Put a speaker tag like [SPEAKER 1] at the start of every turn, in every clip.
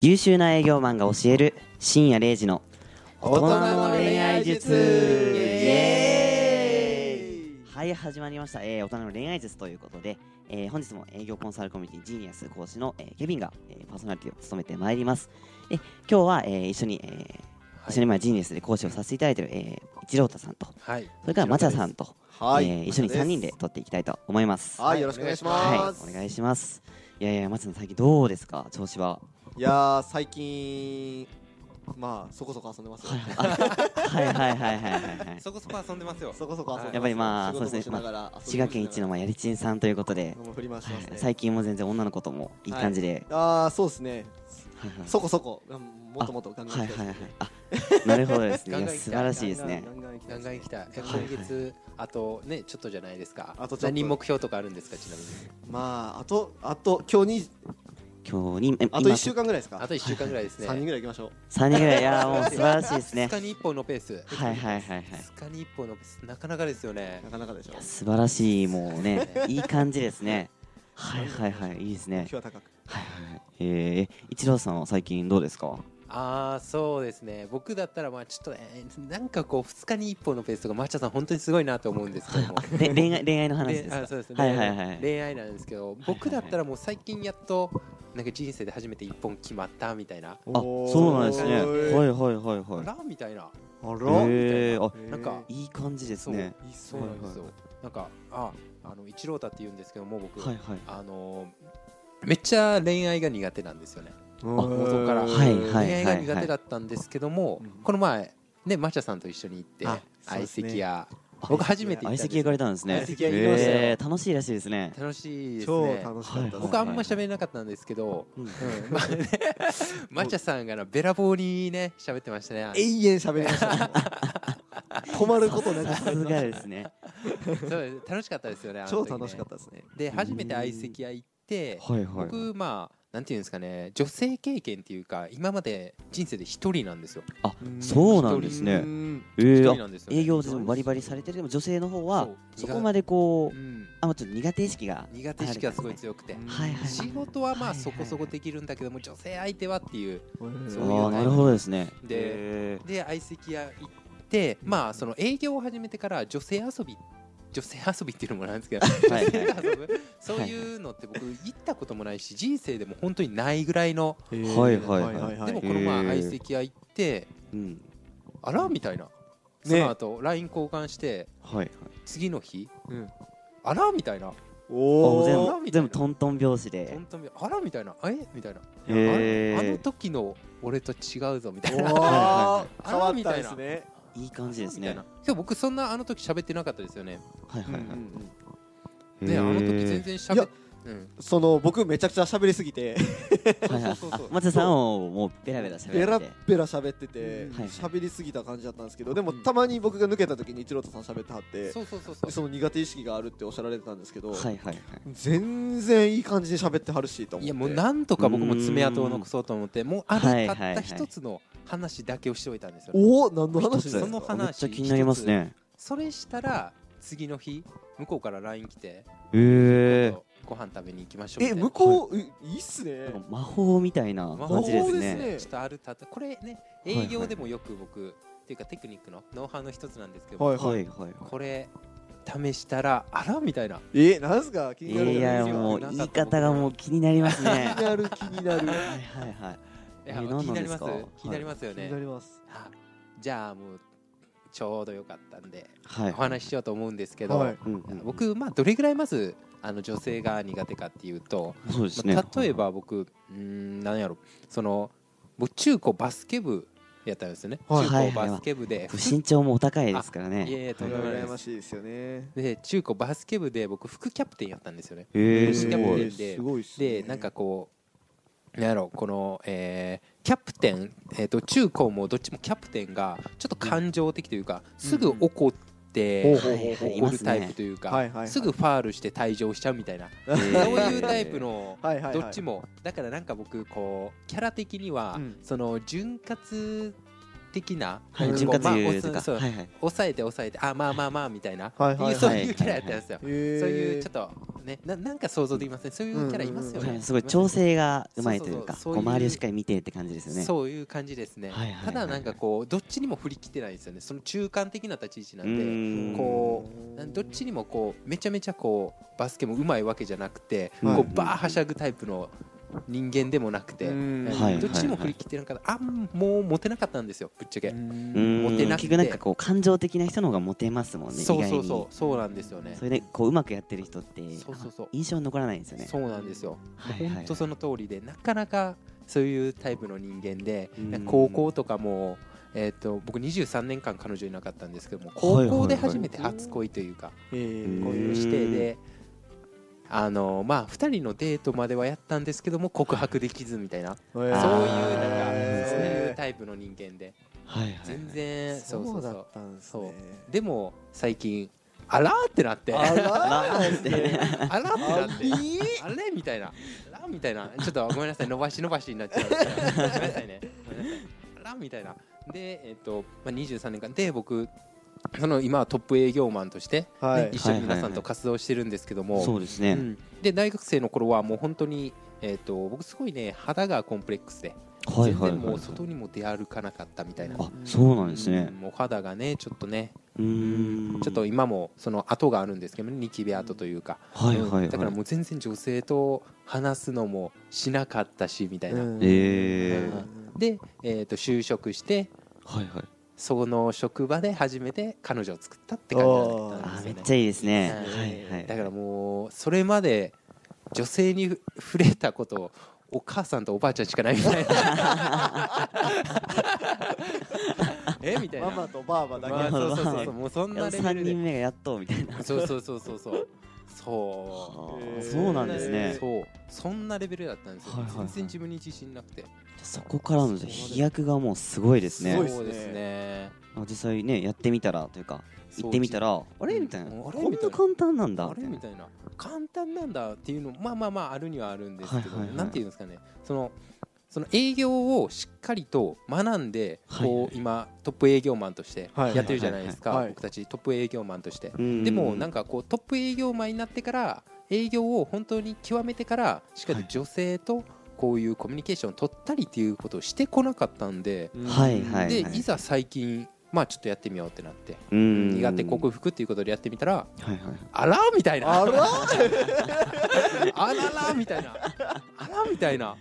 [SPEAKER 1] 優秀な営業マンが教える深夜0時の
[SPEAKER 2] 大人の恋愛術
[SPEAKER 1] イ
[SPEAKER 2] イ
[SPEAKER 1] エ
[SPEAKER 2] エ
[SPEAKER 1] ーイはい始まりました、えー大人の恋愛術ということで、えー本日も営業コンサルコミュニティジーニアス講師の、えーケビンが、えーパーソナリティを務めてまいりますで今日は、えー一緒に、えー一緒にまあジーニアスで講師をさせていただいている、えー、一郎太さんと
[SPEAKER 2] はい。
[SPEAKER 1] それから町田さんと、
[SPEAKER 2] はい
[SPEAKER 1] えー一緒に3人で撮っていきたいと思います
[SPEAKER 2] はい、よろしくお願いします。
[SPEAKER 1] はい、お願いします。いやいや、松野最近どうですか、調子は。
[SPEAKER 2] いやー、最近、まあ、そこそこ遊んでますよ。
[SPEAKER 1] はいはいはいはいはいはい。
[SPEAKER 3] そこそこ遊んでますよ。
[SPEAKER 2] そこそこ遊んでます。
[SPEAKER 1] やっぱりまあ
[SPEAKER 2] 仕事も
[SPEAKER 1] そうですね
[SPEAKER 2] しながら
[SPEAKER 1] 滋賀県一の。まあやりちんさんということで、
[SPEAKER 2] もう振り回してますね。
[SPEAKER 1] 最近も全然女の子ともいい感じで。
[SPEAKER 2] あー、そうですね。
[SPEAKER 1] はいはい
[SPEAKER 2] そこそこ、うんもっともっとガンガン
[SPEAKER 1] はい
[SPEAKER 2] 行き
[SPEAKER 1] は
[SPEAKER 2] た
[SPEAKER 1] い
[SPEAKER 2] い
[SPEAKER 1] は
[SPEAKER 2] で
[SPEAKER 1] い。あ、なるほどですね。
[SPEAKER 3] ガ
[SPEAKER 1] い
[SPEAKER 3] ン
[SPEAKER 1] や
[SPEAKER 3] ガン
[SPEAKER 1] 素晴らしいですす
[SPEAKER 2] ね。
[SPEAKER 1] ね
[SPEAKER 2] ガ。ンガン行きた
[SPEAKER 3] ガ
[SPEAKER 2] い
[SPEAKER 3] ン
[SPEAKER 2] で
[SPEAKER 3] ガ
[SPEAKER 2] すね
[SPEAKER 3] ン行きたい。え
[SPEAKER 1] はい
[SPEAKER 3] 今月、あとね、ちょっとじゃないですか。
[SPEAKER 2] あとちょっと
[SPEAKER 3] 何人目標とかあるんですか、ちなみに。
[SPEAKER 2] まあ、あと、あと、今日に、
[SPEAKER 1] 今日に、え
[SPEAKER 2] あと一週間ぐらいです
[SPEAKER 3] あ
[SPEAKER 2] か。
[SPEAKER 3] と1週間ぐらいですね。
[SPEAKER 2] 三人ぐらい行きましょう。
[SPEAKER 1] 三人ぐらい、いやーもう素晴らしいですね。
[SPEAKER 3] 2日に1本のペース。
[SPEAKER 1] はいはいはいはい。
[SPEAKER 3] 2日に1本のペース、なかなかですよね
[SPEAKER 2] な。かなかでしょう。
[SPEAKER 1] 素晴らしい、もうね、いい感じですね。はいはいはい、いいです
[SPEAKER 2] 今
[SPEAKER 1] ね
[SPEAKER 2] 日。は高く。。
[SPEAKER 1] はいはいはい。えー、一郎さんは最近どうですか。
[SPEAKER 3] ああ、そうですね。僕だったら、まあちょっと、えーなんかこう、2日に1本のペースとか、抹茶さん、本当にすごいなと思うんですけども。
[SPEAKER 1] れ恋愛恋愛の話
[SPEAKER 3] で
[SPEAKER 1] です
[SPEAKER 3] あ
[SPEAKER 1] か。
[SPEAKER 3] そうですね、
[SPEAKER 1] はいはいはい
[SPEAKER 3] 恋愛なんですけど僕だったらもう最近やっとなんか人生で初めて1本決まったみたいな
[SPEAKER 1] あ、そうなんですね。はいはいはい
[SPEAKER 3] あ
[SPEAKER 1] は
[SPEAKER 3] らみたいない
[SPEAKER 1] へーあ
[SPEAKER 3] なんか
[SPEAKER 1] い。いい感じですね。
[SPEAKER 2] いいっす
[SPEAKER 3] そう
[SPEAKER 2] ね
[SPEAKER 3] なんですよ、なんかああの一郎太って言うんですけども僕、
[SPEAKER 1] はいはい。
[SPEAKER 3] あのめっちゃ恋愛が苦手なんですよね、
[SPEAKER 2] 元
[SPEAKER 3] から
[SPEAKER 1] はいはい
[SPEAKER 3] 恋愛が苦手だったんですけども、
[SPEAKER 2] うん
[SPEAKER 3] この前ねマチャさんと一緒に行って
[SPEAKER 2] あそう
[SPEAKER 3] 相
[SPEAKER 2] ですね
[SPEAKER 3] 席屋、
[SPEAKER 1] あ
[SPEAKER 3] 僕初めて行
[SPEAKER 1] 相
[SPEAKER 3] ったんです
[SPEAKER 1] 席行かれたんですね。
[SPEAKER 2] 相席屋行きましたよ
[SPEAKER 1] えー楽しいらしいですね。
[SPEAKER 3] 楽しいです
[SPEAKER 2] 超
[SPEAKER 3] ね
[SPEAKER 2] 楽しかったです。
[SPEAKER 3] 僕あんま喋れなかったんですけど、
[SPEAKER 1] うん
[SPEAKER 3] うんまあね、マチャさんがなべらぼうにね喋ってましたね
[SPEAKER 2] 永遠喋りました。止まることなく
[SPEAKER 1] さ すがですね。
[SPEAKER 3] そうです楽しかったですよねあの
[SPEAKER 2] 超
[SPEAKER 3] 時ね
[SPEAKER 2] 楽しかったですね。
[SPEAKER 3] で初めて相席屋行って
[SPEAKER 1] はいはい。
[SPEAKER 3] 僕まあなんていうんですかね女性経験っていうか今まで人生で一人なんですよ
[SPEAKER 1] あ、そうなんです
[SPEAKER 2] う
[SPEAKER 1] ね。
[SPEAKER 2] ん
[SPEAKER 1] えー
[SPEAKER 3] 一人
[SPEAKER 1] あ
[SPEAKER 3] なんですよね
[SPEAKER 1] 営業でもバリバリされてるでも女性の方は
[SPEAKER 3] そう
[SPEAKER 1] そこまでこう、
[SPEAKER 3] うん
[SPEAKER 1] あ、まあちょっと苦手意識が。
[SPEAKER 3] 苦手意識がすごい強くて
[SPEAKER 2] うん
[SPEAKER 1] はいはい。
[SPEAKER 3] 仕事はま
[SPEAKER 1] は
[SPEAKER 3] あ
[SPEAKER 1] いはい
[SPEAKER 3] そこそこできるんだけども女性相手はっていう
[SPEAKER 1] あ
[SPEAKER 3] そ
[SPEAKER 2] うん
[SPEAKER 3] ういう
[SPEAKER 1] ーなるほどですね。
[SPEAKER 3] で
[SPEAKER 1] え
[SPEAKER 3] で相席屋行ってまあその営業を始めてから女性遊び女性遊びっていうのもなんで すけど
[SPEAKER 1] ーはいはい。
[SPEAKER 3] 遊ぶそういうのって僕行ったこともないし人生でも本当にないぐらいの、
[SPEAKER 1] はいはいはい
[SPEAKER 3] でもこ
[SPEAKER 1] え
[SPEAKER 3] の
[SPEAKER 1] へ
[SPEAKER 3] 前
[SPEAKER 1] ー
[SPEAKER 3] 相席屋行って
[SPEAKER 1] うん。
[SPEAKER 3] あらみたいな、その後 LINE 交換して
[SPEAKER 1] はいはい。
[SPEAKER 3] 次の日、
[SPEAKER 2] うん
[SPEAKER 3] あらみたいな
[SPEAKER 2] お
[SPEAKER 1] あ
[SPEAKER 2] お
[SPEAKER 1] 全部全部トントン拍子で。
[SPEAKER 3] 本当にあらみたいなえみたいな、
[SPEAKER 1] へー
[SPEAKER 3] あのあの時の俺と違うぞみたい
[SPEAKER 2] 変
[SPEAKER 3] な
[SPEAKER 2] わ
[SPEAKER 3] いはい
[SPEAKER 2] ったですね
[SPEAKER 1] いい感じです
[SPEAKER 3] みた
[SPEAKER 1] ね
[SPEAKER 3] いな。今日僕そんなあの時喋ってなかったですよね、
[SPEAKER 1] はいはいはい。
[SPEAKER 3] ねあの時
[SPEAKER 1] へー
[SPEAKER 3] 全然
[SPEAKER 2] い
[SPEAKER 3] 喋っ
[SPEAKER 2] や
[SPEAKER 3] うん
[SPEAKER 2] その僕めちゃくちゃ喋りすぎて
[SPEAKER 1] はいはい
[SPEAKER 3] そうそう
[SPEAKER 1] あ
[SPEAKER 3] そう
[SPEAKER 1] 松田さんをもうベラベラ喋って
[SPEAKER 2] ベラベラ喋ってて
[SPEAKER 3] うん
[SPEAKER 1] はい
[SPEAKER 2] 喋りすぎた感じだったんですけどでもたまに僕が抜けた時に一郎太さん喋ってはって
[SPEAKER 3] そうそうそうそう
[SPEAKER 2] その苦手意識があるっておっしゃられてたんですけど
[SPEAKER 1] はいはいはい
[SPEAKER 2] 全然いい感じで喋ってはるしと思って
[SPEAKER 3] いやもうなんとか僕も爪痕を残そうと思ってもうあ
[SPEAKER 1] はい
[SPEAKER 3] るた
[SPEAKER 1] は
[SPEAKER 3] っ
[SPEAKER 1] いはい
[SPEAKER 3] た一つの話だけをしておいたんですよ、
[SPEAKER 2] おお何の話
[SPEAKER 3] 一つ
[SPEAKER 2] です
[SPEAKER 3] そ
[SPEAKER 2] か
[SPEAKER 3] の
[SPEAKER 1] あ
[SPEAKER 3] 話
[SPEAKER 1] めっちゃ気になりますね
[SPEAKER 3] それしたら次の日向こうから LINE 来て、
[SPEAKER 1] へえ
[SPEAKER 3] 今度ご飯食べに行きましょうみた
[SPEAKER 2] え
[SPEAKER 3] いな
[SPEAKER 2] 向こうういいっすね
[SPEAKER 1] なんか魔法みたいな
[SPEAKER 3] 魔法
[SPEAKER 1] 感じです
[SPEAKER 2] で
[SPEAKER 1] ね
[SPEAKER 2] すね
[SPEAKER 3] ちょっとあるたったこれね
[SPEAKER 1] いはい
[SPEAKER 3] 営業でもよく僕、っていうかテクニックのノウハウの一つなんですけど、
[SPEAKER 2] はい
[SPEAKER 1] はいはい
[SPEAKER 3] これ試したらあらみたいな
[SPEAKER 2] えなんすか気になる
[SPEAKER 1] いやいやもう言い方がもう気になりますね
[SPEAKER 2] 気になる気にな
[SPEAKER 1] はいは
[SPEAKER 2] る
[SPEAKER 1] いはい
[SPEAKER 3] い
[SPEAKER 1] え
[SPEAKER 3] や気
[SPEAKER 1] 何
[SPEAKER 3] に
[SPEAKER 1] なん
[SPEAKER 3] な
[SPEAKER 1] で
[SPEAKER 3] り
[SPEAKER 1] す
[SPEAKER 3] ます
[SPEAKER 1] か
[SPEAKER 3] 気になりますよ
[SPEAKER 2] 気
[SPEAKER 3] ね、
[SPEAKER 2] になります
[SPEAKER 3] あじゃあもうちょうどよかったんで
[SPEAKER 1] は
[SPEAKER 3] お
[SPEAKER 1] い
[SPEAKER 3] 話ししようと思うんですけど、
[SPEAKER 2] はい
[SPEAKER 1] うんうん
[SPEAKER 3] 僕、まあ、どれぐらいまずあの女性が苦手かっていうと、
[SPEAKER 1] そうですね
[SPEAKER 3] まあ、例えば僕、うーんなんやろその僕中高バスケ部やったんですよね、
[SPEAKER 2] はい
[SPEAKER 3] 中高バスケ部で、
[SPEAKER 1] 僕身長もお高いですから
[SPEAKER 3] いや
[SPEAKER 1] ね
[SPEAKER 3] いやとんでもない
[SPEAKER 2] 羨
[SPEAKER 3] で
[SPEAKER 2] ますしいですよね
[SPEAKER 3] で中高バスケ部で僕副キャプテンやったんですよね
[SPEAKER 1] へ
[SPEAKER 3] ー
[SPEAKER 1] え
[SPEAKER 3] す
[SPEAKER 1] す
[SPEAKER 3] ご
[SPEAKER 1] ご
[SPEAKER 3] い
[SPEAKER 1] い
[SPEAKER 3] です
[SPEAKER 2] ごいっすね
[SPEAKER 3] でなんかこうなんやろこの、えーキャプテン、えー、と中高もどっちもキャプテンがちょっと感情的というか、すぐ怒って、
[SPEAKER 2] ほう
[SPEAKER 1] はいはいはいい
[SPEAKER 3] 怒
[SPEAKER 1] ま
[SPEAKER 3] る
[SPEAKER 1] す
[SPEAKER 3] タイプ
[SPEAKER 1] ね
[SPEAKER 3] というか、
[SPEAKER 2] はいはいはい
[SPEAKER 3] すぐファールして退場しちゃうみたいな、
[SPEAKER 1] そう
[SPEAKER 3] そういうタイプの
[SPEAKER 2] はいはいはい
[SPEAKER 3] どっちも、だからなんか僕こうキャラ的には、
[SPEAKER 2] うん
[SPEAKER 3] その潤滑的な、
[SPEAKER 1] はい
[SPEAKER 3] こう
[SPEAKER 1] 潤
[SPEAKER 3] まあ
[SPEAKER 1] 滑油とか
[SPEAKER 3] おそう
[SPEAKER 1] はいはい
[SPEAKER 3] 抑えて抑えてあまあまあまあみたいな、
[SPEAKER 2] はいはいいうは
[SPEAKER 3] そう
[SPEAKER 2] い
[SPEAKER 3] いうキャラやったんですよ、
[SPEAKER 2] そう
[SPEAKER 3] そういうちょ
[SPEAKER 2] っ
[SPEAKER 3] っとねななんか想像できません、ね、そういうキャラいます
[SPEAKER 2] う
[SPEAKER 3] よね、
[SPEAKER 2] んうんうん
[SPEAKER 1] すごい調整がうまいというか
[SPEAKER 3] そうそうそう
[SPEAKER 1] こう
[SPEAKER 3] そういう
[SPEAKER 1] 周りをしっかり見てって感じですよね
[SPEAKER 3] そういう感じですね、
[SPEAKER 1] はいはいはいはい
[SPEAKER 3] ただなんかこうどっちにも振り切ってないですよねその中間的な立ち位置な
[SPEAKER 1] うー
[SPEAKER 3] ん
[SPEAKER 1] ん
[SPEAKER 3] でこうなんどっちにもこうめちゃめちゃこうバスケもうまいわけじゃなくて、
[SPEAKER 2] はい
[SPEAKER 3] こうバーはしゃぐタイプの人間でもなくて、
[SPEAKER 2] うん
[SPEAKER 3] うん
[SPEAKER 1] はいはい
[SPEAKER 3] どっちにも振り切ってなかったあんもうモテなかったんですよぶっちゃけ、
[SPEAKER 1] うーん
[SPEAKER 3] モテなく
[SPEAKER 1] 結
[SPEAKER 3] て
[SPEAKER 1] 局なんかこう感情的な人の方がモテますもんね意
[SPEAKER 3] そう
[SPEAKER 1] 外
[SPEAKER 3] そう
[SPEAKER 1] に
[SPEAKER 3] そうそうなんですよね
[SPEAKER 1] それでこううまくやってる人って
[SPEAKER 3] そうそうそう
[SPEAKER 1] あ印象に残らないんですよね
[SPEAKER 3] そうなんですよ
[SPEAKER 1] はいはいはい
[SPEAKER 3] 本当その通りでなかなかそういうタイプの人間で
[SPEAKER 1] うん
[SPEAKER 3] なんか高校とかも、えー、と僕23年間彼女いなかったんですけども高
[SPEAKER 1] はいはいは
[SPEAKER 3] 校
[SPEAKER 1] い
[SPEAKER 3] で初めて初恋というか、
[SPEAKER 2] え
[SPEAKER 1] うん
[SPEAKER 2] ー
[SPEAKER 3] こういう指定で。あのまあ、2人のデートまではやったんですけども告白できずみたいな
[SPEAKER 2] そういう
[SPEAKER 3] そういう
[SPEAKER 1] あー
[SPEAKER 3] なんか
[SPEAKER 1] へー
[SPEAKER 3] そういうタイプの人間で
[SPEAKER 1] はいはい
[SPEAKER 3] 全然そうそ
[SPEAKER 2] そう
[SPEAKER 3] うそ
[SPEAKER 2] だ
[SPEAKER 3] う
[SPEAKER 2] ったんです
[SPEAKER 3] そう
[SPEAKER 2] ね
[SPEAKER 3] でも最近あらーってなって
[SPEAKER 2] あら
[SPEAKER 1] あーって
[SPEAKER 3] あらってなって
[SPEAKER 2] あびー
[SPEAKER 3] あれみたいなあらみたいなちょっとごめんなさい伸ばし伸ばしになっちゃうごめんなさ いねごめんなさいあらみたいなでえっ、と、まあ、23年間で僕その今はトップ営業マンとして、ね
[SPEAKER 2] はい
[SPEAKER 3] 一緒に皆さんと活動してるんですけども、
[SPEAKER 1] そうです
[SPEAKER 3] う
[SPEAKER 1] ね
[SPEAKER 3] んで大学生の頃はもう本当にえっと僕すごいね肌がコンプレックスで
[SPEAKER 1] はい
[SPEAKER 3] 全
[SPEAKER 1] はい
[SPEAKER 3] 然
[SPEAKER 1] は
[SPEAKER 3] も
[SPEAKER 1] いう
[SPEAKER 3] 外にも出歩かなかったみたいな
[SPEAKER 1] あそうなんですね
[SPEAKER 3] うんもう肌がねちょっとね
[SPEAKER 1] うーん
[SPEAKER 3] ちょっと今もその跡があるんですけどねニキビ跡というか
[SPEAKER 1] はいはいは
[SPEAKER 3] う
[SPEAKER 1] い
[SPEAKER 3] んだからもう全然女性と話すのもしなかったしみたいな、
[SPEAKER 2] うん
[SPEAKER 1] えー
[SPEAKER 3] で、えー、と就職して
[SPEAKER 1] はいはい
[SPEAKER 3] その職場で初めて彼女を作ったって感じだった
[SPEAKER 1] あ
[SPEAKER 3] ん
[SPEAKER 1] ーめっ
[SPEAKER 3] です
[SPEAKER 1] ちゃ
[SPEAKER 3] よね
[SPEAKER 1] いいですね
[SPEAKER 3] うん
[SPEAKER 1] はいはい
[SPEAKER 3] だからもうそれまで女性にふ触れたことをお母さんとおばあちゃんしかないみたいな えみたいな、
[SPEAKER 2] ママとバーバだけ
[SPEAKER 3] まあそうそうそうそう
[SPEAKER 1] マ
[SPEAKER 3] もうそんなレベ
[SPEAKER 1] 3
[SPEAKER 3] ルで
[SPEAKER 1] 人目がやっとみたいな
[SPEAKER 3] そうそうそうそうそうそう
[SPEAKER 1] あー
[SPEAKER 2] へー
[SPEAKER 1] そうなんですね
[SPEAKER 3] そうそんなレベルだったんですよ、
[SPEAKER 1] はいはいはい
[SPEAKER 3] 全然自分に自信なくて
[SPEAKER 1] そこからのじゃあ飛躍がもうすごいですね
[SPEAKER 2] すごいっ
[SPEAKER 3] そうですね
[SPEAKER 1] 実際ねやってみたらというか行ってみた
[SPEAKER 3] ら
[SPEAKER 1] らあれみたいな
[SPEAKER 3] うんあ
[SPEAKER 1] こ
[SPEAKER 3] れ
[SPEAKER 1] ん
[SPEAKER 3] みた
[SPEAKER 1] な
[SPEAKER 3] いな
[SPEAKER 1] 簡単なんだ
[SPEAKER 3] あれみたいな簡単なんだっていうのまあまあまああるにはあるんですけど、
[SPEAKER 1] はいはいはい
[SPEAKER 3] なんていうんですかねそのその営業をしっかりと学んでこう、
[SPEAKER 1] はいはい
[SPEAKER 3] 今トップ営業マンとして
[SPEAKER 2] はい
[SPEAKER 3] やってるじゃないですか、
[SPEAKER 2] はいはいはい
[SPEAKER 3] 僕たちトップ営業マンとして、
[SPEAKER 1] で
[SPEAKER 3] でもなんかこうトップ営業マンになってから営業を本当に極めてからしっかり女性とこういうコミュニケーションを取ったりっていうことをしてこなかったんで、
[SPEAKER 1] はいはい
[SPEAKER 3] でいざ最近まあちょっとやってみようってなって苦
[SPEAKER 1] 苦
[SPEAKER 3] 手克服っていうことでやってみたら
[SPEAKER 1] はいはい
[SPEAKER 3] あらみたいな
[SPEAKER 2] あら
[SPEAKER 3] あららみたいなあらみたいな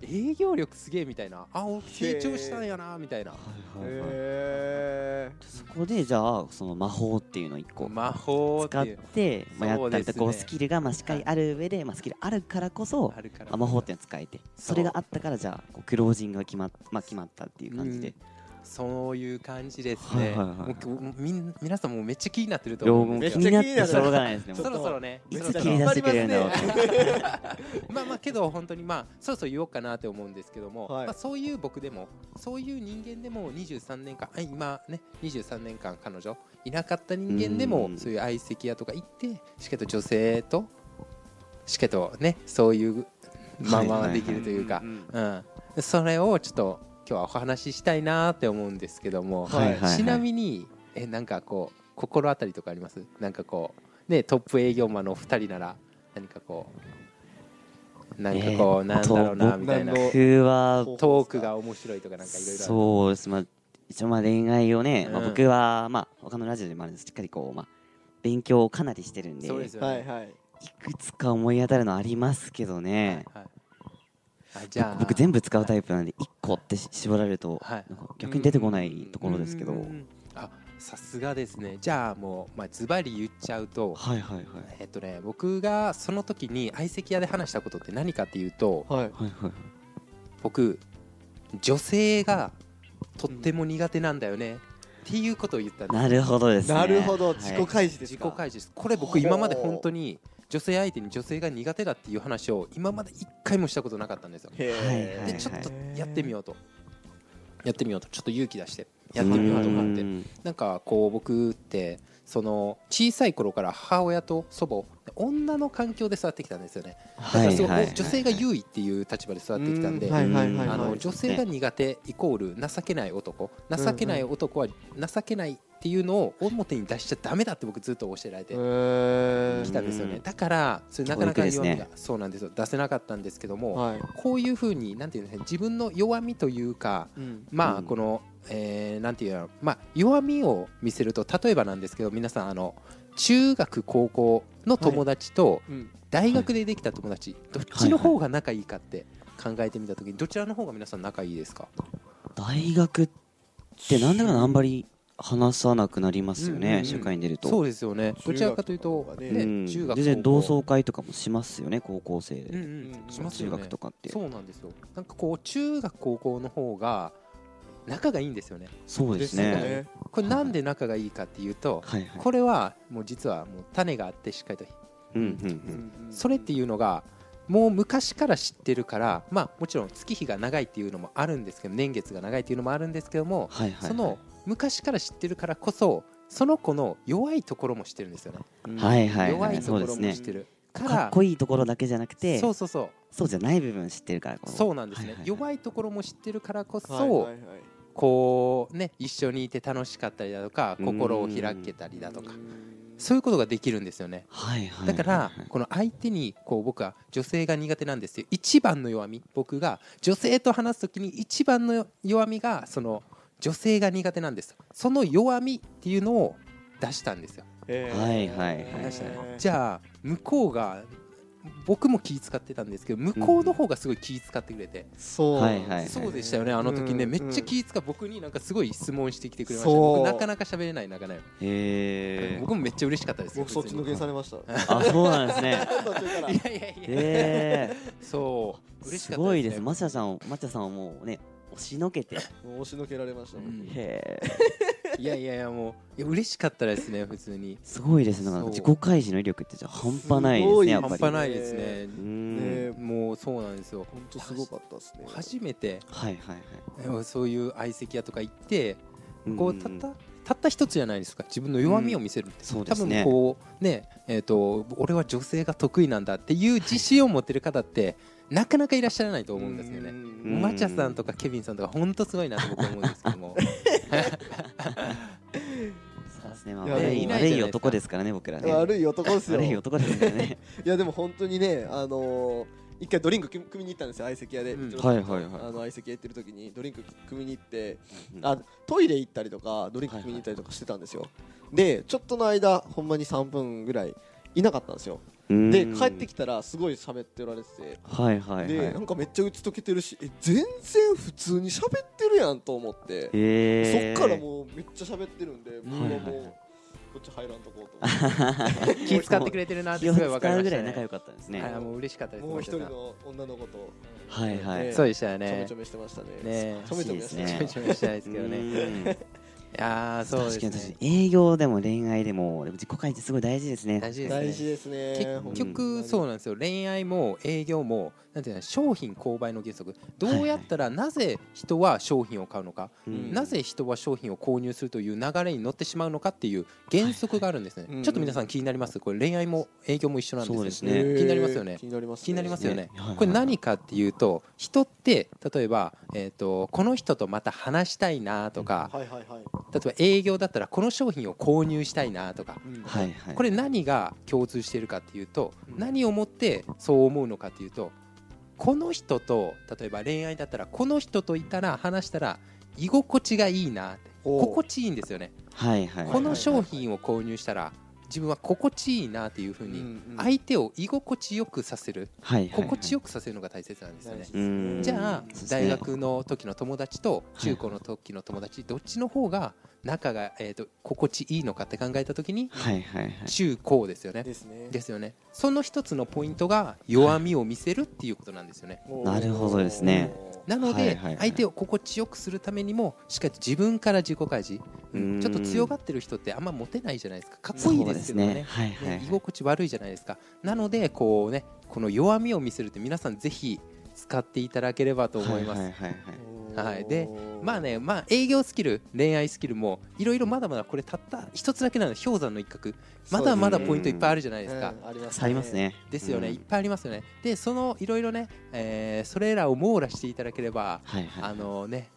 [SPEAKER 3] 営業力すげえみたいなあお成長したんやなみたいな
[SPEAKER 1] はいはいはい
[SPEAKER 2] え
[SPEAKER 1] そこでじゃあその魔法っていうのを一個
[SPEAKER 3] 魔法って
[SPEAKER 1] 使っ
[SPEAKER 3] いう
[SPEAKER 1] てまあやったりと
[SPEAKER 3] そうですね
[SPEAKER 1] こうスキルがまあしっかりある上でまあスキルあるからこそ
[SPEAKER 3] あるから
[SPEAKER 1] まあ魔法っていうのを使えてそれがあったからじゃあこうクロージングが決まっまあ決まったっていう感じで
[SPEAKER 3] そういう感じです
[SPEAKER 1] はい
[SPEAKER 3] ね、
[SPEAKER 1] はいはい
[SPEAKER 3] もうもうみん皆さんもうめっちゃ気になってると
[SPEAKER 1] 両
[SPEAKER 3] 思うん
[SPEAKER 1] 方
[SPEAKER 3] で
[SPEAKER 1] 気
[SPEAKER 3] す
[SPEAKER 1] に
[SPEAKER 3] よ
[SPEAKER 1] なってしょうがないですね
[SPEAKER 3] そ
[SPEAKER 1] もう
[SPEAKER 3] ろそろね
[SPEAKER 1] いつ切り出してくれるんだろうって
[SPEAKER 3] まあまあけど本当にまあそろそろ言おうかなって思うんですけども、
[SPEAKER 2] はい
[SPEAKER 3] まあ、そういう僕でもそういう人間でも23年間あ今ね23年間彼女いなかった人間でも
[SPEAKER 1] うん
[SPEAKER 3] そういう相席屋とか行ってしっかりと女性としっかりとねそういうまあまあできるというか、うん、それをちょっと今日はお話ししたいなって思うんですけども、
[SPEAKER 2] はいはい
[SPEAKER 3] ちなみにえなんかこう心当たりとかありますなんかこうねトップ営業マンのお二人なら何かこうなんかこう、
[SPEAKER 1] えー
[SPEAKER 3] なんだろうな
[SPEAKER 1] と
[SPEAKER 3] みたいな
[SPEAKER 2] 僕
[SPEAKER 3] ト
[SPEAKER 1] 僕は
[SPEAKER 2] ー
[SPEAKER 3] ークが面白いとかなんかいろいろある
[SPEAKER 1] そうですまあ一応まあ恋愛をね、まあ
[SPEAKER 3] うん
[SPEAKER 1] 僕はまあ他のラジオでもあるんですしっかりこうまあ勉強をかなりしてるんで
[SPEAKER 3] そうです
[SPEAKER 2] ー
[SPEAKER 3] よね、
[SPEAKER 2] はいはい
[SPEAKER 1] いくつか思い当たるのありますけどね、
[SPEAKER 3] はいあじゃあ
[SPEAKER 1] 僕全部使うタイプなんで1個ってし絞られると、
[SPEAKER 3] はい
[SPEAKER 1] なんか逆に出てこないところですけど、
[SPEAKER 3] うんうんうんあさすがですねじゃあもう、まあ、ズバリ言っちゃうと、
[SPEAKER 1] はいはいはい
[SPEAKER 3] えっとね、僕がその時に相席屋で話したことって何かっていうと
[SPEAKER 2] はい
[SPEAKER 1] はいはい
[SPEAKER 3] 僕女性がとっても苦手なんだよねっていうことを言ったんです
[SPEAKER 1] なるほどですね
[SPEAKER 2] なるほど
[SPEAKER 1] はい
[SPEAKER 2] 自己開示です
[SPEAKER 3] 自
[SPEAKER 2] か
[SPEAKER 3] 己開示ですこれ僕今まで本当に女性相手に女性が苦手だっていう話を今まで一回もしたことなかったんですよ
[SPEAKER 1] はいはい
[SPEAKER 3] で
[SPEAKER 1] はい
[SPEAKER 3] ちょっとやってみようとやってみようとちょっと勇気出してやってみようと思って
[SPEAKER 1] うん
[SPEAKER 3] なんかこう僕ってその小さい頃から母親と祖母女の環境で育ってきたんですよね
[SPEAKER 1] は
[SPEAKER 3] だ
[SPEAKER 1] い
[SPEAKER 3] から
[SPEAKER 1] はいはい
[SPEAKER 3] すごい女性が優位っていう立場で育ってきたんで
[SPEAKER 2] うんはいはいはい
[SPEAKER 3] あ
[SPEAKER 2] は
[SPEAKER 3] の
[SPEAKER 2] い
[SPEAKER 3] 女性が苦手イコール情けない男情けない男は情けないっていうのを表に出しちゃダメだって僕ずっと教えられて
[SPEAKER 2] え
[SPEAKER 3] きたんですよ
[SPEAKER 1] う
[SPEAKER 3] ね
[SPEAKER 1] ん
[SPEAKER 3] だからそれなかな
[SPEAKER 1] 教育
[SPEAKER 3] か
[SPEAKER 1] です
[SPEAKER 3] 弱
[SPEAKER 1] ね
[SPEAKER 3] みがそうなんですよ出せなかったんですけども
[SPEAKER 2] はい
[SPEAKER 3] こういうふうになんていうんですかね自分の弱みというか
[SPEAKER 2] うん
[SPEAKER 3] ま
[SPEAKER 1] う
[SPEAKER 3] あ
[SPEAKER 1] ん
[SPEAKER 3] このえーなんていうのまあ弱みを見せると例えばなんですけど皆さんあの中学高校の友達と
[SPEAKER 2] うん
[SPEAKER 3] 大学でできた友達どっちの方が仲いいかって考えてみた時にどちらの方が皆さん仲いいですか
[SPEAKER 1] 大学ってなんだかんだあんまり話さなくなりますよ
[SPEAKER 3] うんうんう
[SPEAKER 1] ね
[SPEAKER 3] ん
[SPEAKER 1] 社会に出ると
[SPEAKER 3] そうですよねどちらかという
[SPEAKER 2] 中
[SPEAKER 3] と
[SPEAKER 2] 学とかね
[SPEAKER 1] うん
[SPEAKER 3] ね中
[SPEAKER 1] 全
[SPEAKER 3] 学
[SPEAKER 1] 然同
[SPEAKER 3] 高校
[SPEAKER 1] 窓会とかもしますよね高校生
[SPEAKER 3] うんう
[SPEAKER 1] で
[SPEAKER 3] んします
[SPEAKER 1] 中
[SPEAKER 3] よね
[SPEAKER 1] 学とかって
[SPEAKER 3] そうなんですよなんかこう中学高校の方が仲がいいんですよね
[SPEAKER 1] そうです
[SPEAKER 3] です
[SPEAKER 1] ね
[SPEAKER 3] ねこれなんで仲がいいかっていうと
[SPEAKER 1] はいはい
[SPEAKER 3] これはもう実はもう種があってしっかりと
[SPEAKER 1] うんう
[SPEAKER 2] うん
[SPEAKER 1] ん
[SPEAKER 2] うん
[SPEAKER 3] それっていうのがもう昔から知ってるからまあもちろん月日が長いっていうのもあるんですけど年月が長いっていうのもあるんですけども
[SPEAKER 1] はいはい
[SPEAKER 3] その昔から知ってるからこそその子の弱いところも知ってるんですよね
[SPEAKER 1] はいはい
[SPEAKER 3] 弱
[SPEAKER 1] はいい
[SPEAKER 3] と
[SPEAKER 1] そ
[SPEAKER 3] こ
[SPEAKER 1] う
[SPEAKER 3] ろ
[SPEAKER 1] で
[SPEAKER 3] も
[SPEAKER 1] すね
[SPEAKER 3] 知ってるから
[SPEAKER 1] かっこいいところだけじゃなくて
[SPEAKER 3] そうそうそう
[SPEAKER 1] そうじゃない部分知ってるからこ
[SPEAKER 3] そうなんですね、
[SPEAKER 1] はいはいはい
[SPEAKER 3] 弱いところも知ってるからこそ、
[SPEAKER 2] はいはいはい
[SPEAKER 3] こうね一緒にいて楽しかったりだとか
[SPEAKER 1] うん
[SPEAKER 3] 心を開けたりだとか
[SPEAKER 2] うん
[SPEAKER 3] そういうことができるんですよね
[SPEAKER 1] はいはい
[SPEAKER 3] だから、
[SPEAKER 1] はいはい
[SPEAKER 3] この相手にこう僕は女性が苦手なんですよ一番の弱み僕が女性と話す時に一番の弱みがその女性が苦手なんですその弱みっていうのを出したんですよ
[SPEAKER 2] えー
[SPEAKER 1] はいはいはい
[SPEAKER 3] 出したね
[SPEAKER 2] えー
[SPEAKER 3] じゃあ向こうが僕も気使ってたんですけど向こうの方がすごい気使ってくれて、
[SPEAKER 2] そう
[SPEAKER 1] はいはい
[SPEAKER 3] そうでしたよね、あの時ね、
[SPEAKER 2] うん
[SPEAKER 3] めっちゃ気遣い、僕になんかすごい質問してきてくれました、
[SPEAKER 2] そう
[SPEAKER 3] 僕、なかなか喋れない中ね、
[SPEAKER 1] へえ
[SPEAKER 3] 僕もめっちゃ嬉しかったですよ、
[SPEAKER 2] 僕そっち
[SPEAKER 3] 別に
[SPEAKER 2] 抜けされました
[SPEAKER 1] あそうなんです ね
[SPEAKER 2] 途中から
[SPEAKER 3] いやいやいや、
[SPEAKER 1] へ
[SPEAKER 3] そう、
[SPEAKER 1] え
[SPEAKER 3] 嬉し
[SPEAKER 1] す
[SPEAKER 3] かった
[SPEAKER 1] ごいですマチャさんをマチャさんをもうね押しのけてへ
[SPEAKER 2] もう押しのけられました
[SPEAKER 3] う
[SPEAKER 2] ね
[SPEAKER 3] ん
[SPEAKER 1] え
[SPEAKER 3] いやいやいや、もう、いや嬉しかったですね、普通に、
[SPEAKER 1] すごいですねなんか
[SPEAKER 3] そう
[SPEAKER 1] 自己開示の威力ってじゃあ半端ないです
[SPEAKER 2] ごい
[SPEAKER 1] ねやっぱ
[SPEAKER 3] 半
[SPEAKER 1] り
[SPEAKER 3] 端ないですね
[SPEAKER 1] う、ん
[SPEAKER 2] ね
[SPEAKER 3] もうそうなんですよ、
[SPEAKER 2] 本当すごかったですね
[SPEAKER 3] 初めて
[SPEAKER 1] はいはいはい
[SPEAKER 3] そういう相席屋とか行って、
[SPEAKER 1] うん
[SPEAKER 3] こうたったたった一つじゃないですか自分の弱みを見せるって、
[SPEAKER 1] うんそうで
[SPEAKER 3] 多
[SPEAKER 1] す
[SPEAKER 3] 分
[SPEAKER 1] ね
[SPEAKER 3] こうねえっ、と俺は女性が得意なんだっていう自信を持ってる方ってなかなかいらっしゃらないと思うんですよね。
[SPEAKER 1] ん
[SPEAKER 2] ね
[SPEAKER 3] マチャさんとかケビンさんとか本当すごいなと僕は思うんですけども
[SPEAKER 1] そうですねまあ
[SPEAKER 2] いや
[SPEAKER 1] 悪
[SPEAKER 2] い
[SPEAKER 1] い
[SPEAKER 3] ないじゃ
[SPEAKER 1] 悪い
[SPEAKER 3] ないですか
[SPEAKER 1] 男ですからね僕らね
[SPEAKER 2] 悪い男ですよ
[SPEAKER 1] 悪い男ですからね
[SPEAKER 2] いやでも本当にねあのー一回ドリンク組みに行ったんですよ相席屋で、
[SPEAKER 3] うん
[SPEAKER 2] 一郎さんと
[SPEAKER 1] はいはいはい
[SPEAKER 2] あの相席屋行ってる時にドリンク組みに行って、あトイレ行ったりとかドリンク組みに行ったりとかしてたんですよ、でちょっとの間ほんまに3分ぐらいいなかったんですよ
[SPEAKER 1] うん
[SPEAKER 2] で帰ってきたらすごい喋っておられてて
[SPEAKER 1] はいはい
[SPEAKER 2] で
[SPEAKER 1] は
[SPEAKER 2] ないんかめっちゃ打ち解けてるしえ全然普通に喋ってるやんと思って、
[SPEAKER 1] へえ
[SPEAKER 2] そっからもうめっちゃ喋ってるんで僕はもう、
[SPEAKER 1] はいはいはい
[SPEAKER 2] こっち入らんとこうと 思って
[SPEAKER 3] 気使ってくれてるなって
[SPEAKER 1] 気
[SPEAKER 3] す
[SPEAKER 1] を
[SPEAKER 3] ごい分か
[SPEAKER 1] 使う
[SPEAKER 3] りま
[SPEAKER 1] ぐ
[SPEAKER 3] した
[SPEAKER 1] らい仲
[SPEAKER 3] ね
[SPEAKER 1] 良かったんです
[SPEAKER 3] はい
[SPEAKER 1] ね
[SPEAKER 3] もう嬉しかったです
[SPEAKER 2] もう一人
[SPEAKER 3] マチャ
[SPEAKER 2] の女の子と
[SPEAKER 1] はいはい
[SPEAKER 2] ね
[SPEAKER 3] さんそうでした
[SPEAKER 2] ちょ
[SPEAKER 3] よ
[SPEAKER 2] め
[SPEAKER 3] ね
[SPEAKER 2] ちょめしてましたね
[SPEAKER 3] ね
[SPEAKER 2] ちょめちょめしてまし
[SPEAKER 1] ね
[SPEAKER 2] た
[SPEAKER 3] ちょめちょめしてないですけどね
[SPEAKER 1] う
[SPEAKER 3] い
[SPEAKER 1] ん
[SPEAKER 3] やーそうです
[SPEAKER 1] 確かに
[SPEAKER 3] ね
[SPEAKER 1] 確かに営業でも恋愛でもでも自己開示すごい大事ですね
[SPEAKER 3] 大事ですね
[SPEAKER 2] 大事ですね
[SPEAKER 3] 結局そうなんですよ恋愛も営業もなんていうの商品購買の原則どうやったらなぜ人は商品を買うのか、
[SPEAKER 1] うん
[SPEAKER 3] なぜ人は商品を購入するという流れに乗ってしまうのかっていう原則があるんですね、
[SPEAKER 2] はいはい
[SPEAKER 3] ちょっと皆さん気になりますこれ恋愛も営業も一緒なんですよ
[SPEAKER 1] そうです
[SPEAKER 2] へ
[SPEAKER 1] ね
[SPEAKER 2] ー
[SPEAKER 3] 気になりますよね
[SPEAKER 2] 気になりますね
[SPEAKER 3] 気になりますよね
[SPEAKER 1] ねはいはい
[SPEAKER 3] これ何かっていうと人って例えば、えー、とこの人とまた話したいなとか
[SPEAKER 2] はいはいはい
[SPEAKER 3] 例えば営業だったらこの商品を購入したいなとか
[SPEAKER 2] うん
[SPEAKER 1] はいはい
[SPEAKER 3] これ何が共通しているかっていうと
[SPEAKER 2] うん
[SPEAKER 3] 何をもってそう思うのかっていうとこの人と例えば恋愛だったらこの人といたら話したら居心地がいいなって
[SPEAKER 2] おう
[SPEAKER 3] 心地いいんですよね
[SPEAKER 1] はいはい
[SPEAKER 3] この商品を購入したら自分は心地いいなっていうふう
[SPEAKER 2] うん
[SPEAKER 3] に
[SPEAKER 2] うん
[SPEAKER 3] 相手を居心地よくさせる
[SPEAKER 1] はいはい
[SPEAKER 3] 心地よくさせるのが大切なんですよね
[SPEAKER 2] 大事
[SPEAKER 1] うん
[SPEAKER 3] じゃあ
[SPEAKER 1] そうですね
[SPEAKER 3] 大学の時の友達と中高の時の友達どっちの方が仲がえーと心地いいのかって考えた時に
[SPEAKER 1] はいはいはい
[SPEAKER 3] 中高ですよね
[SPEAKER 2] ですね
[SPEAKER 3] ですよねその一つのポイントが弱みを見せるっていうことなんですよね、
[SPEAKER 2] おー
[SPEAKER 1] なるほどですね
[SPEAKER 3] な
[SPEAKER 1] は
[SPEAKER 3] の
[SPEAKER 1] い
[SPEAKER 3] で
[SPEAKER 1] はいはい
[SPEAKER 3] 相手を心地よくするためにもしっかりと自分から自己開示う
[SPEAKER 1] うん
[SPEAKER 3] んちょっと強がってる人ってあんまモテないじゃないですかかっこいいですけど
[SPEAKER 1] そう
[SPEAKER 3] ね
[SPEAKER 1] で
[SPEAKER 3] ね
[SPEAKER 1] すはいはいはい
[SPEAKER 3] 居心地悪いじゃないですかなのでこうねこの弱みを見せるって皆さんぜひ使っていただければと思います、
[SPEAKER 1] はいはいはいはい
[SPEAKER 2] おー
[SPEAKER 3] はいでまあねまあ営業スキル恋愛スキルもいろいろまだまだこれたった一つだけなので氷山の一角まだまだポイントいっぱいあるじゃないですか、
[SPEAKER 2] うんあります
[SPEAKER 1] ありますね
[SPEAKER 3] ですよね、
[SPEAKER 1] うん
[SPEAKER 3] いっぱいありますよねでそのいろいろね、えーそれらを網羅していただければ、
[SPEAKER 1] はいはい
[SPEAKER 3] あのね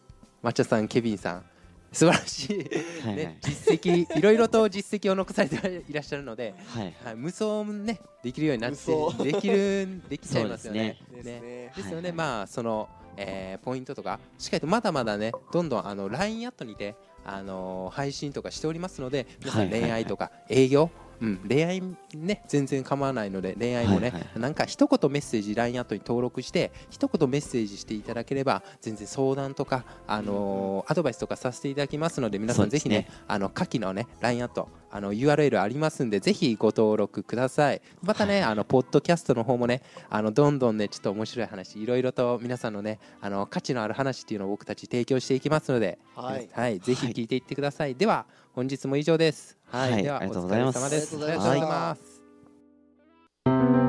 [SPEAKER 3] 抹茶さんケビンさん素晴らしい、
[SPEAKER 1] はいはい
[SPEAKER 3] ね、実績いろいろと実績を残されていらっしゃるので、
[SPEAKER 1] はい
[SPEAKER 3] はい、無双もねできるようになっ
[SPEAKER 2] 無双
[SPEAKER 3] てできるできちゃいますよね。
[SPEAKER 2] です
[SPEAKER 3] ね
[SPEAKER 2] ね
[SPEAKER 3] です
[SPEAKER 1] はい
[SPEAKER 3] よ
[SPEAKER 1] は
[SPEAKER 3] ね、
[SPEAKER 1] い
[SPEAKER 3] まあその、えーポイントとかしっかりとまだまだねどんどんあの LINE アットにて、あのー配信とかしておりますので皆さ
[SPEAKER 1] はい
[SPEAKER 3] ん
[SPEAKER 1] はいはい
[SPEAKER 3] 恋愛とか営業、うん、恋愛ね全然構わないので恋愛もね、
[SPEAKER 1] はいはい
[SPEAKER 3] なんか一言メッセージ LINE アットに登録して一言メッセージしていただければ全然相談とか、あのーアドバイスとかさせていただきますので皆さ
[SPEAKER 1] そうんで
[SPEAKER 3] ぜ
[SPEAKER 1] す
[SPEAKER 3] ひ
[SPEAKER 1] ね
[SPEAKER 3] ねあの下記のね LINE アットあの URL ありますんでぜひご登録くださいまたね、あのポッドキャストの方もねあのどんどんねちょっと面白い話いろいろと皆さんのねあの価値のある話っていうのを僕たち提供していきますので
[SPEAKER 2] はい
[SPEAKER 3] ぜひ聞いていってください、では本日も以上ですはい、
[SPEAKER 1] はい
[SPEAKER 3] では
[SPEAKER 1] ありがとう
[SPEAKER 3] お
[SPEAKER 1] ございます
[SPEAKER 3] 疲れ様で
[SPEAKER 2] あ
[SPEAKER 3] す
[SPEAKER 2] りが
[SPEAKER 1] とうござい
[SPEAKER 2] ます
[SPEAKER 3] す